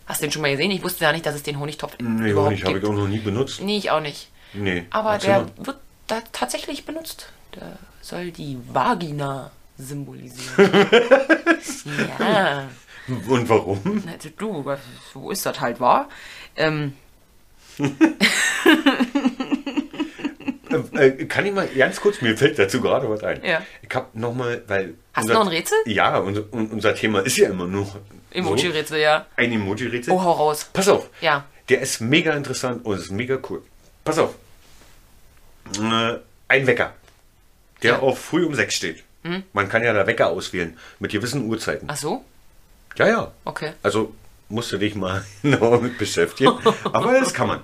Hast du den schon mal gesehen? Ich wusste ja nicht, dass es den Honigtopf Nee, überhaupt Honig gibt. habe ich auch noch nie benutzt. Nee, ich auch nicht. Nee. Aber erzähl der mal. wird da tatsächlich benutzt. Der soll die Vagina symbolisieren. ja, Und warum? also du, was- so ist das halt wahr. Ähm, Äh, äh, kann ich mal ganz kurz, mir fällt dazu gerade was ein. Ja. Ich habe nochmal, weil. Hast du noch ein Rätsel? Ja, unser, un- unser Thema ist ja immer nur. So, Emoji-Rätsel, ja. ein Emoji-Rätsel. Oh, hau raus. Pass auf. Ja. Der ist mega interessant und ist mega cool. Pass auf. Äh, ein Wecker, der Ja. Hm? auch früh um sechs steht. Man kann ja da Wecker auswählen mit gewissen Uhrzeiten. Ach so? Ja, ja. Okay. Also musst du dich mal genauer mit beschäftigen. Aber das kann man.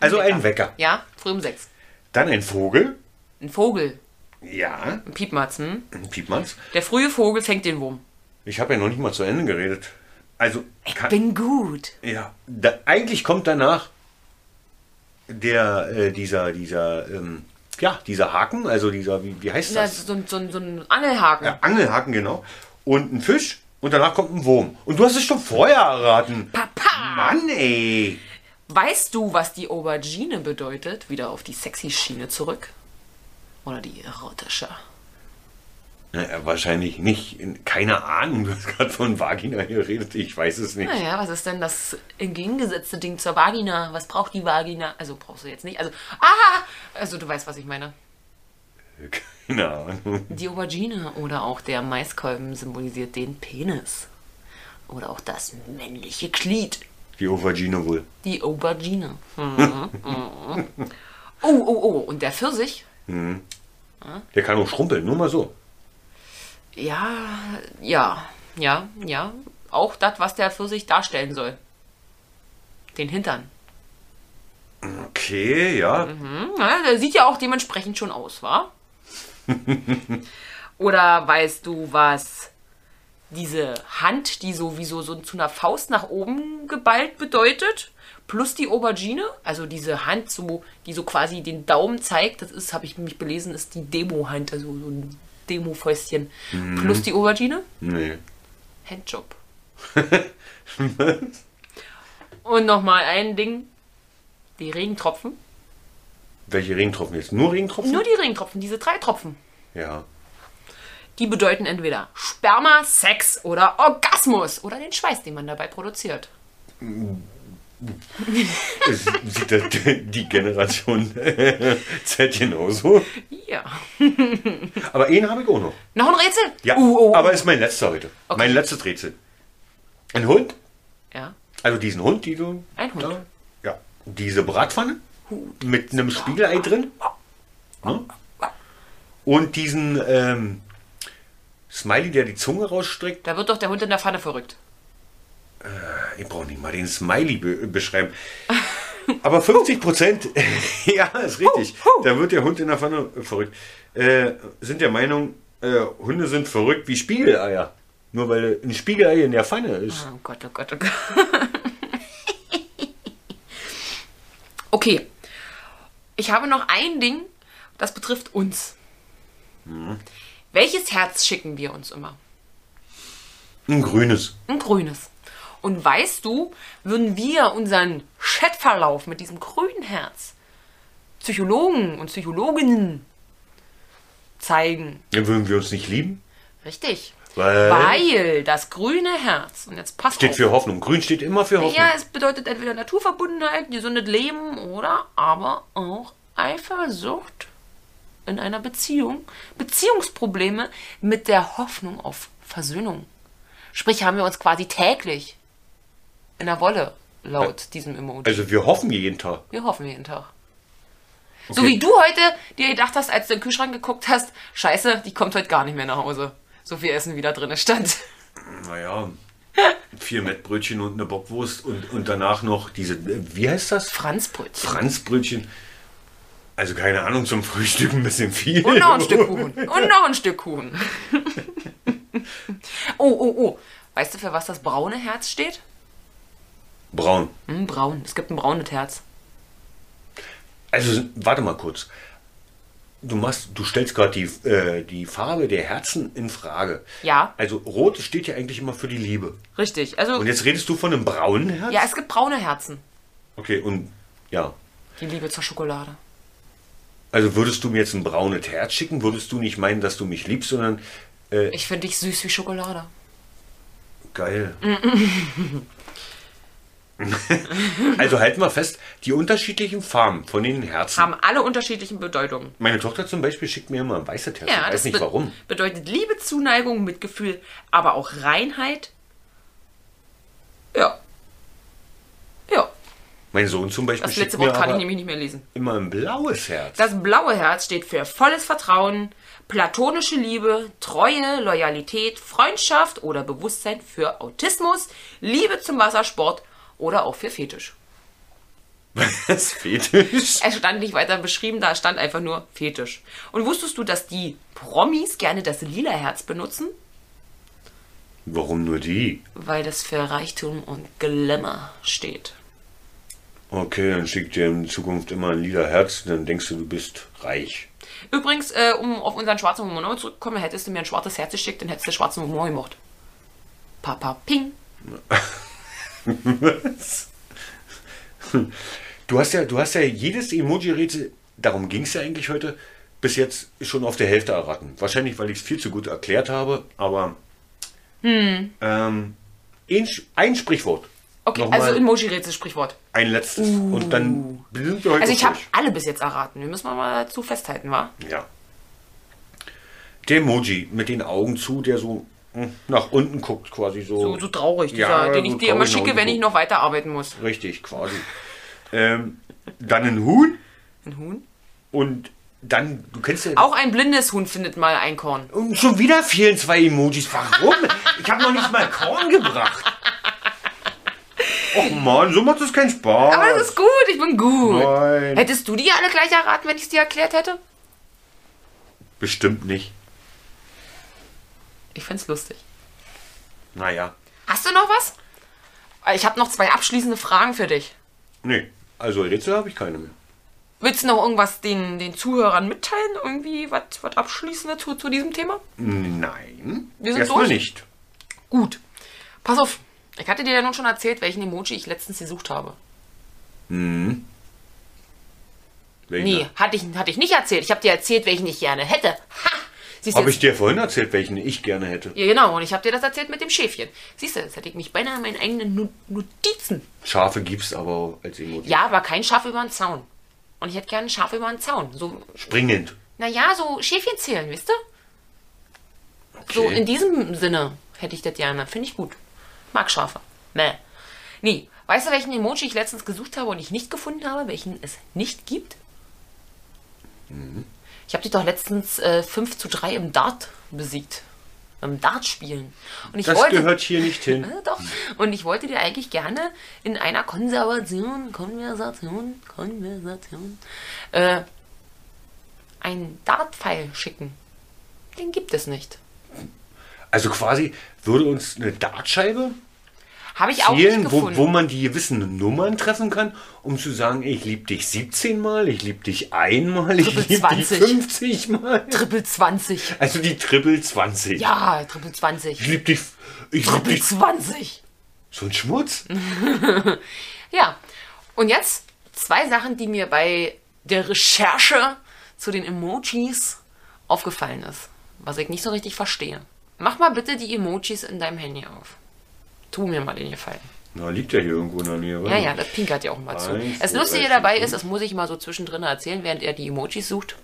Also ein Wecker. Ja, früh um sechs. Dann ein Vogel. Ein Vogel, Ja, ein Piepmatz, hm? ein Piepmanns. Der frühe Vogel fängt den Wurm. Ich habe ja noch nicht mal zu Ende geredet. Also, kann, Bin gut. ja, da, eigentlich kommt danach der, äh, dieser, dieser, ähm, ja, dieser Haken, also dieser, wie, wie heißt Das das? ist so, ein- so, ein- so ein Angelhaken. Ja, Angelhaken, genau. Und ein Fisch und danach kommt ein Wurm. Und du hast es schon vorher erraten. Papa! Mann, ey. Weißt du, was die Aubergine bedeutet? Wieder auf die sexy Schiene zurück. Oder die erotische. Naja, äh, wahrscheinlich nicht. Keine Ahnung, du hast gerade von Vagina geredet. Ich weiß es nicht. Naja, was ist denn das entgegengesetzte Ding zur Vagina? Was braucht die Vagina? Also brauchst du jetzt nicht. Also, aha! Also du weißt, was ich meine. Äh, Keine Ahnung. Die Aubergine oder auch der Maiskolben symbolisiert den Penis. Oder auch das männliche Glied. Die Aubergine wohl. Die Aubergine. Mhm. Mhm. oh, oh, oh. Und der Pfirsich? Der kann auch schrumpeln, nur mal so. Ja, ja, ja, ja. Auch das, was der Pfirsich darstellen soll. Den Hintern. Okay, ja. Hm, Na, der sieht ja auch dementsprechend schon aus, wa? Oder weißt du, was diese Hand, die sowieso so zu einer Faust nach oben geballt bedeutet, plus die Aubergine, also diese Hand, so, die so quasi den Daumen zeigt, das ist, habe ich mich belesen, ist die Demo-Hand, also so ein Demo-Fäustchen, plus die Aubergine, Nee. Handjob. Und nochmal ein Ding, die Regentropfen, Welche Regentropfen jetzt? Nur Regentropfen? nur die Regentropfen, diese drei Tropfen. Ja. Die bedeuten entweder Sperma, Sex oder Orgasmus oder den Schweiß, den man dabei produziert. Es sieht das, die Generation Z genauso. Ja. Aber einen habe ich auch noch. Noch ein Rätsel? Ja, Uh, oh, oh. aber ist mein letzter heute. Mein letztes Rätsel. Ein Hund, ja. also diesen Hund, die du. Ein Hund. Da, ja. Diese Bratpfanne mit einem Spiegelei drin. Ne? Und diesen ähm, Smiley, der die Zunge rausstreckt. Da wird doch der Hund in der Pfanne verrückt. Ich brauche nicht mal den Smiley be beschreiben. Aber 50 Prozent, ja, ist richtig. Da wird der Hund in der Pfanne verrückt. Äh, sind der Meinung, äh, Hunde sind verrückt wie Spiegeleier. Nur weil ein Spiegelei in der Pfanne ist. Oh Gott, oh Gott, oh Gott. okay. Ich habe noch ein Ding, das betrifft uns. Hm. Welches Herz schicken wir uns immer? Ein grünes. Ein grünes. Und weißt du, würden wir unseren Chatverlauf mit diesem grünen Herz Psychologen und Psychologinnen zeigen. Dann würden wir uns nicht lieben. Richtig. Weil? Weil das grüne Herz, und jetzt passt Steht auf. für Hoffnung. Grün steht immer für Hoffnung. Ja, es bedeutet entweder Naturverbundenheit, gesundes Leben oder aber auch Eifersucht in einer Beziehung, Beziehungsprobleme mit der Hoffnung auf Versöhnung. Sprich, haben wir uns quasi täglich in der Wolle laut diesem Emoji. Also wir hoffen jeden Tag. Wir hoffen jeden Tag. So wie du heute dir gedacht hast, als du in den Kühlschrank geguckt hast, scheiße, die kommt heute gar nicht mehr nach Hause. So viel Essen wieder drin stand. Naja, vier Mettbrötchen und eine Bockwurst und, und danach noch diese, wie heißt das? Franzbrötchen. Franzbrötchen. Also keine Ahnung, zum Frühstück ein bisschen viel. Und noch ein Stück Kuchen. Und noch ein Stück Kuchen. oh, oh, oh. Weißt du, für was das braune Herz steht? Braun. Hm, braun. Es gibt ein braunes Herz. Also warte mal kurz. Du machst, du stellst gerade die, äh, die Farbe der Herzen in Frage. Ja. Also rot steht ja eigentlich immer für die Liebe. Richtig. Also, Und jetzt redest du von einem braunen Herz? ja, es gibt braune Herzen. Okay, und ja. Die Liebe zur Schokolade. Also würdest du mir jetzt ein braunes Herz schicken, würdest du nicht meinen, dass du mich liebst, sondern äh, Ich finde dich süß wie Schokolade. geil. also halt mal fest, die unterschiedlichen Farben von den Herzen. Haben alle unterschiedlichen Bedeutungen. Meine Tochter zum Beispiel schickt mir immer ein weißes Herz. Ja, ich weiß das nicht be- warum. bedeutet Liebe, Zuneigung, Mitgefühl, aber auch Reinheit. Ja. Ja. Mein Sohn zum Beispiel Das letzte schickt Wort mir kann ich aber nämlich nicht mehr lesen. immer ein blaues Herz. Das blaue Herz steht für volles Vertrauen, platonische Liebe, Treue, Loyalität, Freundschaft oder Bewusstsein für Autismus, Liebe zum Wassersport oder auch für Fetisch. Das Fetisch. Es stand nicht weiter beschrieben, da stand einfach nur Fetisch. Und wusstest du, dass die Promis gerne das lila Herz benutzen? Warum nur die? Weil das für Reichtum und Glamour steht. Okay, dann schickt dir in Zukunft immer ein lila Herz, dann denkst du, du bist reich. Übrigens, äh, um auf unseren schwarzen Humor nochmal zurückzukommen, hättest du mir ein schwarzes Herz geschickt, dann hättest du schwarzen Humor gemacht. Papa, ping. Du hast ja, du hast ja jedes Emoji-Rätsel, darum ging es ja eigentlich heute, bis jetzt schon auf der Hälfte erraten. Wahrscheinlich, weil ich es viel zu gut erklärt habe, aber. Ähm, ein, Sch- ein Sprichwort. Hm. Okay, Nochmal also Emoji-Rätsel, Sprichwort. ein letztes. Und dann sind wir heute Also ich habe durch. alle bis jetzt erraten. Wir müssen mal dazu festhalten, wa? Ja. Der Emoji mit den Augen zu, der so hm, nach unten guckt, quasi so. So, so traurig, dieser, den Ja, so ich dir immer traurig nach schicke, unten wenn ich guckt. noch weiterarbeiten muss. Richtig, quasi. ähm, dann ein Huhn Ein Huhn? und dann, du kennst ja. Auch ein blindes Huhn findet mal ein Korn. Und schon wieder fehlen zwei Emojis. Warum? ich habe noch nicht mal Korn gebracht. Och Mann, so macht das keinen Spaß. Aber das ist gut, ich bin gut. Nein. Hättest du die alle gleich erraten, wenn ich es dir erklärt hätte? Bestimmt nicht. Ich find's lustig. Naja. Hast du noch was? Äh, Ich habe noch zwei abschließende Fragen für dich. Nee, also Rätsel habe ich keine mehr. Willst du noch irgendwas den, den Zuhörern mitteilen? Irgendwie was was Abschließendes zu, zu diesem Thema? Nein. Wir sind Erstmal durch. nicht. Gut. Pass auf. Ich hatte dir ja nun schon erzählt, welchen Emoji ich letztens gesucht habe. Nee, hatte ich, hatte ich nicht erzählt. Ich habe dir erzählt, welchen ich gerne hätte. Ha! Siehst du, Habe jetzt, ich dir vorhin erzählt, welchen ich gerne hätte? ja, genau, und ich habe dir das erzählt mit dem Schäfchen. Siehst du, jetzt hätte ich mich beinahe an meinen eigenen Nu- Notizen. Schafe gibt's aber als Emoji. Ja, aber kein Schaf über den Zaun. Und ich hätte gerne ein Schaf über den Zaun. So, Springend. naja, so Schäfchen zählen, wisst ihr? So Okay. in diesem Sinne hätte ich das gerne. Finde ich gut. Mag Schafe. Nee. Nee. Weißt du, welchen Emoji ich letztens gesucht habe und ich nicht gefunden habe, welchen es nicht gibt? Mhm. Ich habe dich doch letztens äh, 5 zu 3 im Dart besiegt. Im Dart spielen. Und ich das wollte. gehört hier nicht hin. Ja, Ne, doch. Und ich wollte dir eigentlich gerne in einer Konservation, Konversation, Konversation, äh, einen Dartpfeil schicken. Den gibt es nicht. Also quasi würde uns eine Dartscheibe Habe ich auch nicht fehlen, wo, gefunden. wo man die gewissen Nummern treffen kann, um zu sagen, ich liebe dich 17 Mal, ich liebe dich einmal, ich Triple liebe dich 20. 50 Mal. Triple 20. Also die Triple 20. Ja, Triple 20. Ich liebe dich. Ich liebe Triple dich. 20. So ein Schmutz. Ja. Und jetzt zwei Sachen, die mir bei der Recherche zu den Emojis aufgefallen ist, was ich nicht so richtig verstehe. Mach mal bitte die Emojis in deinem Handy auf. Tu mir mal den Gefallen. Na, liegt ja hier irgendwo in der Nähe. Ja, ja, das pinkert ja auch mal zu. Hm. Eins, Das zwei, Lustige drei, dabei vier, ist, das muss ich mal so zwischendrin erzählen, während er die Emojis sucht.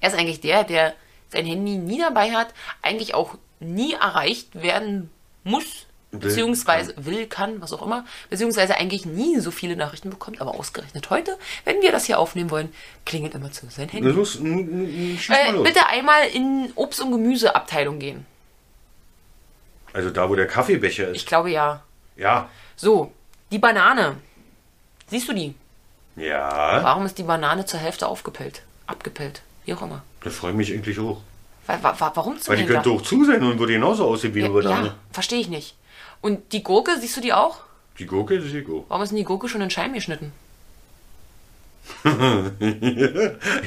Er ist eigentlich der, der sein Handy nie dabei hat, eigentlich auch nie erreicht werden muss, beziehungsweise will, kann, was auch immer, beziehungsweise eigentlich nie so viele Nachrichten bekommt, aber ausgerechnet heute, wenn wir das hier aufnehmen wollen, klingelt immer zu sein Handy. Los, n- n- schieß mal Äh, los. bitte einmal in Obst- und Gemüseabteilung gehen. Also da, wo der Kaffeebecher ist. Ich glaube ja. Ja. So, die Banane. Siehst du die? Ja. Warum ist die Banane zur Hälfte aufgepellt? Abgepellt. Wie auch immer. Da freue ich mich eigentlich hoch. Wa wa wa warum zum Weil die könnte auch zu sein und würde genauso aussehen wie ne? eine Banane. Ja, verstehe ich nicht. Und die Gurke, siehst du die auch? Die Gurke ist die Gurke. Warum ist denn die Gurke schon in Scheiben geschnitten?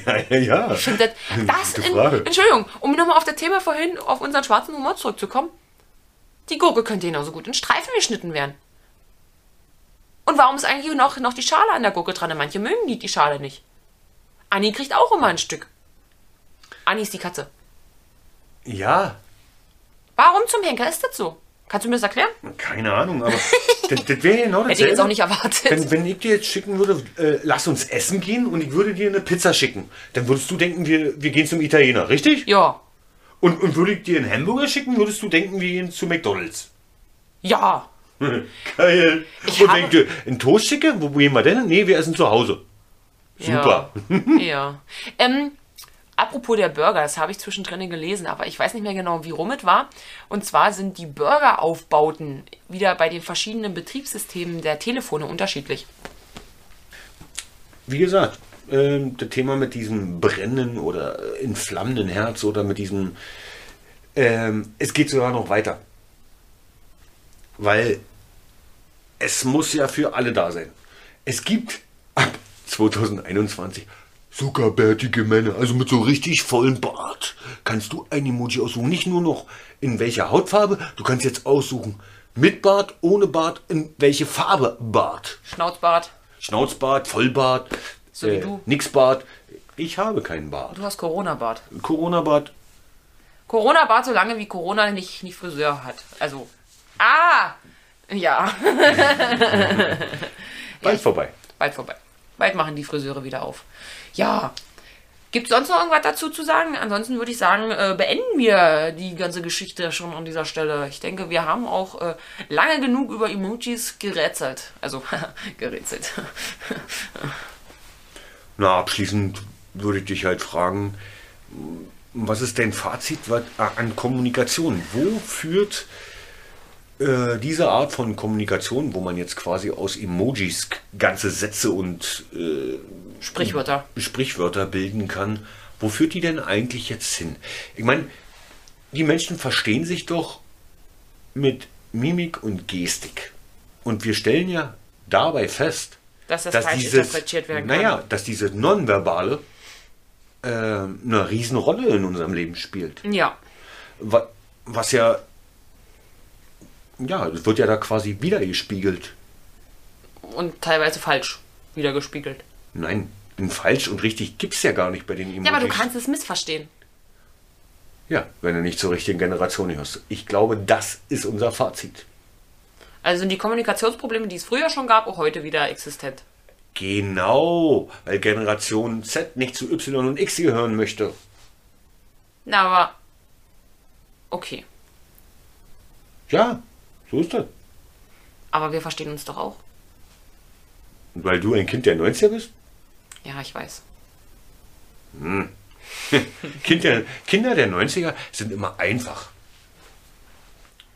Ja, ja, ja. Ich finde das, das Gute in, Frage. Entschuldigung, um nochmal auf das Thema vorhin, auf unseren schwarzen Humor zurückzukommen. Die Gurke könnte genauso gut in Streifen geschnitten werden. Und warum ist eigentlich noch, noch die Schale an der Gurke dran? Manche mögen die, die Schale nicht. Anni kriegt auch immer ein Stück. Anni ist die Katze. Ja, Warum zum Henker ist das so? Kannst du mir das erklären? keine Ahnung, aber das, das wäre genau das. Hätte ich jetzt auch nicht erwartet. Wenn, wenn ich dir jetzt schicken würde, äh, lass uns essen gehen und ich würde dir eine Pizza schicken, dann würdest du denken, wir, wir gehen zum Italiener, richtig? ja. Und, und würde ich dir einen Hamburger schicken, würdest du denken, wir gehen zu McDonalds. Ja. Geil. Ich und habe- wenn ich dir einen Toast schicke, wo, wo gehen wir denn? Nee, wir essen zu Hause. Super. Ja. ja. Ähm, apropos der Burger, das habe ich zwischendrin gelesen, aber ich weiß nicht mehr genau, wie rum es war. Und zwar sind die Burgeraufbauten wieder bei den verschiedenen Betriebssystemen der Telefone unterschiedlich. Wie gesagt, ähm, das Thema mit diesem brennenden oder äh, entflammenden Herz oder mit diesem, ähm, es geht sogar noch weiter. Weil es muss ja für alle da sein. Es gibt ab 2021 zuckerbärtige Männer, also mit so richtig vollem Bart, kannst du ein Emoji aussuchen. Nicht nur noch in welcher Hautfarbe, du kannst jetzt aussuchen, mit Bart, ohne Bart, in welche Farbe Bart. Schnauzbart, Schnauzbart, Vollbart, äh, So wie du. Nixbart. Ich habe keinen Bart. du hast Corona-Bart. Corona-Bart. Corona-Bart so lange, wie Corona nicht, nicht Friseur hat. Also, ah, ja, Bald vorbei. bald vorbei. Bald machen die Friseure wieder auf. Ja, Gibt es sonst noch irgendwas dazu zu sagen? Ansonsten würde ich sagen, äh, beenden wir die ganze Geschichte schon an dieser Stelle. Ich denke, wir haben auch äh, lange genug über Emojis gerätselt. Also, gerätselt. Na, abschließend würde ich dich halt fragen, was ist dein Fazit was- an Kommunikation? Wo führt äh, diese Art von Kommunikation, wo man jetzt quasi aus Emojis ganze Sätze und äh, Sprichwörter. Sprichwörter bilden kann, wo führt die denn eigentlich jetzt hin? Ich meine, die Menschen verstehen sich doch mit Mimik und Gestik. Und wir stellen ja dabei fest, Dass das falsch interpretiert werden kann. Naja, dass diese Nonverbale äh, eine Riesenrolle in unserem Leben spielt. Ja. Wa- Was ja, ja, das wird ja da quasi wiedergespiegelt. Und teilweise falsch wieder gespiegelt. Nein, ein falsch und richtig gibt es ja gar nicht bei den Emojis. Ja, aber du kannst es missverstehen. Ja, wenn du nicht zur richtigen Generation gehörst. Ich glaube, das ist unser Fazit. Also sind die Kommunikationsprobleme, die es früher schon gab, auch heute wieder existent. Genau, weil Generation Z nicht zu Y und X gehören möchte. Na, aber. Okay. Ja, so ist das. Aber wir verstehen uns doch auch. Und weil du ein Kind der 90er bist? Ja, ich weiß. Kind der, Kinder der 90er sind immer einfach.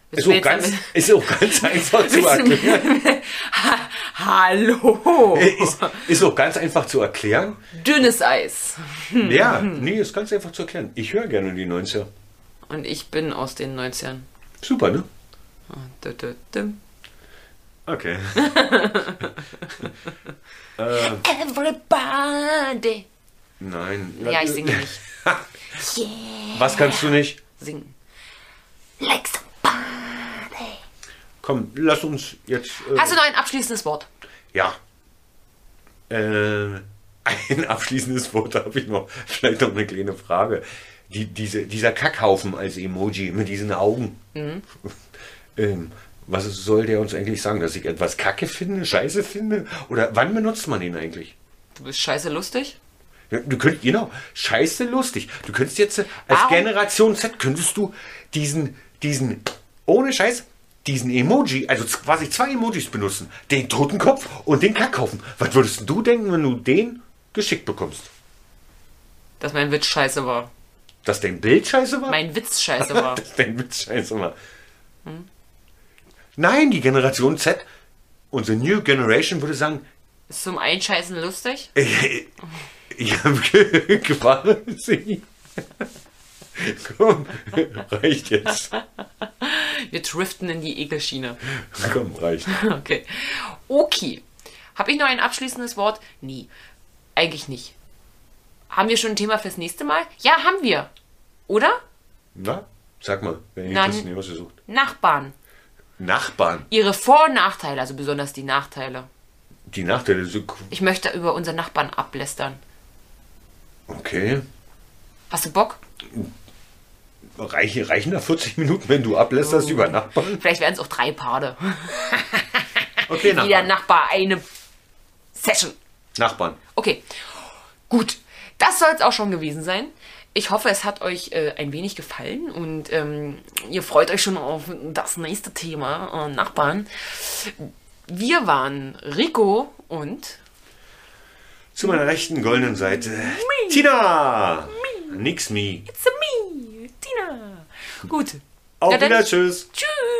Bist Ist du auch, jetzt ganz, damit- ist auch ganz einfach zu Bist du- erklären. Äh, Ha- Hallo! Ist, ist auch ganz einfach zu erklären. Dünnes Eis. Ja, Hm. nee, ist ganz einfach zu erklären. Ich höre gerne die 90er. Und ich bin aus den 90ern. Super, ne? Dü- dü- dü. Okay. Everybody! Nein. Ja, ich singe nicht. Was kannst du nicht? Singen. Komm, lass uns jetzt. äh, Hast du noch ein abschließendes Wort? Ja. Äh, ein abschließendes Wort habe ich noch. Vielleicht noch eine kleine Frage. Die, diese, dieser Kackhaufen als Emoji mit diesen Augen. ähm, was soll der uns eigentlich sagen? Dass ich etwas Kacke finde, Scheiße finde? Oder wann benutzt man ihn eigentlich? Du bist scheiße lustig. Ja, Du könntest, genau, scheiße lustig. Du könntest jetzt äh, als Warum? Generation Z könntest du diesen, diesen, ohne Scheiß, diesen Emoji, also z- quasi zwei Emojis benutzen. Den Totenkopf und den Kackhaufen. Was würdest du denken, wenn du den geschickt bekommst? Dass mein Witz scheiße war. Dass dein Bild scheiße war? Mein Witz scheiße war. Dass dein Witz scheiße war. Hm? Nein, die Generation Z, unsere New Generation würde sagen, Ist zum Einscheißen lustig? Ich habe quasi. Komm, reicht jetzt. Wir driften in die Ekelschiene. Komm, reicht. Okay. Okay. Habe ich noch ein abschließendes Wort? Nee. Eigentlich nicht. Haben wir schon ein Thema fürs nächste Mal? Ja, haben wir. Oder? Na, sag mal, wenn ihr Nein. das nicht ausgesucht. Nachbarn. Nachbarn, Ihre Vor- und Nachteile, also besonders die Nachteile. die Nachteile sind. Ich möchte über unseren Nachbarn ablästern. Okay. Hast du Bock? Reichen, reichen da 40 Minuten, wenn du ablässt, dass über Nachbarn? Vielleicht werden es auch drei Paare. Okay, Jeder Nachbarn. Nachbar eine Session. Nachbarn. Okay, gut. Das soll es auch schon gewesen sein. Ich hoffe, es hat euch äh, ein wenig gefallen und ähm, ihr freut euch schon auf das nächste Thema, äh, Nachbarn. Wir waren Rico und Zu meiner rechten goldenen Seite. Tina! Nix me. It's me, Tina. Gut. Auf Na dann, wieder, tschüss. Tschüss.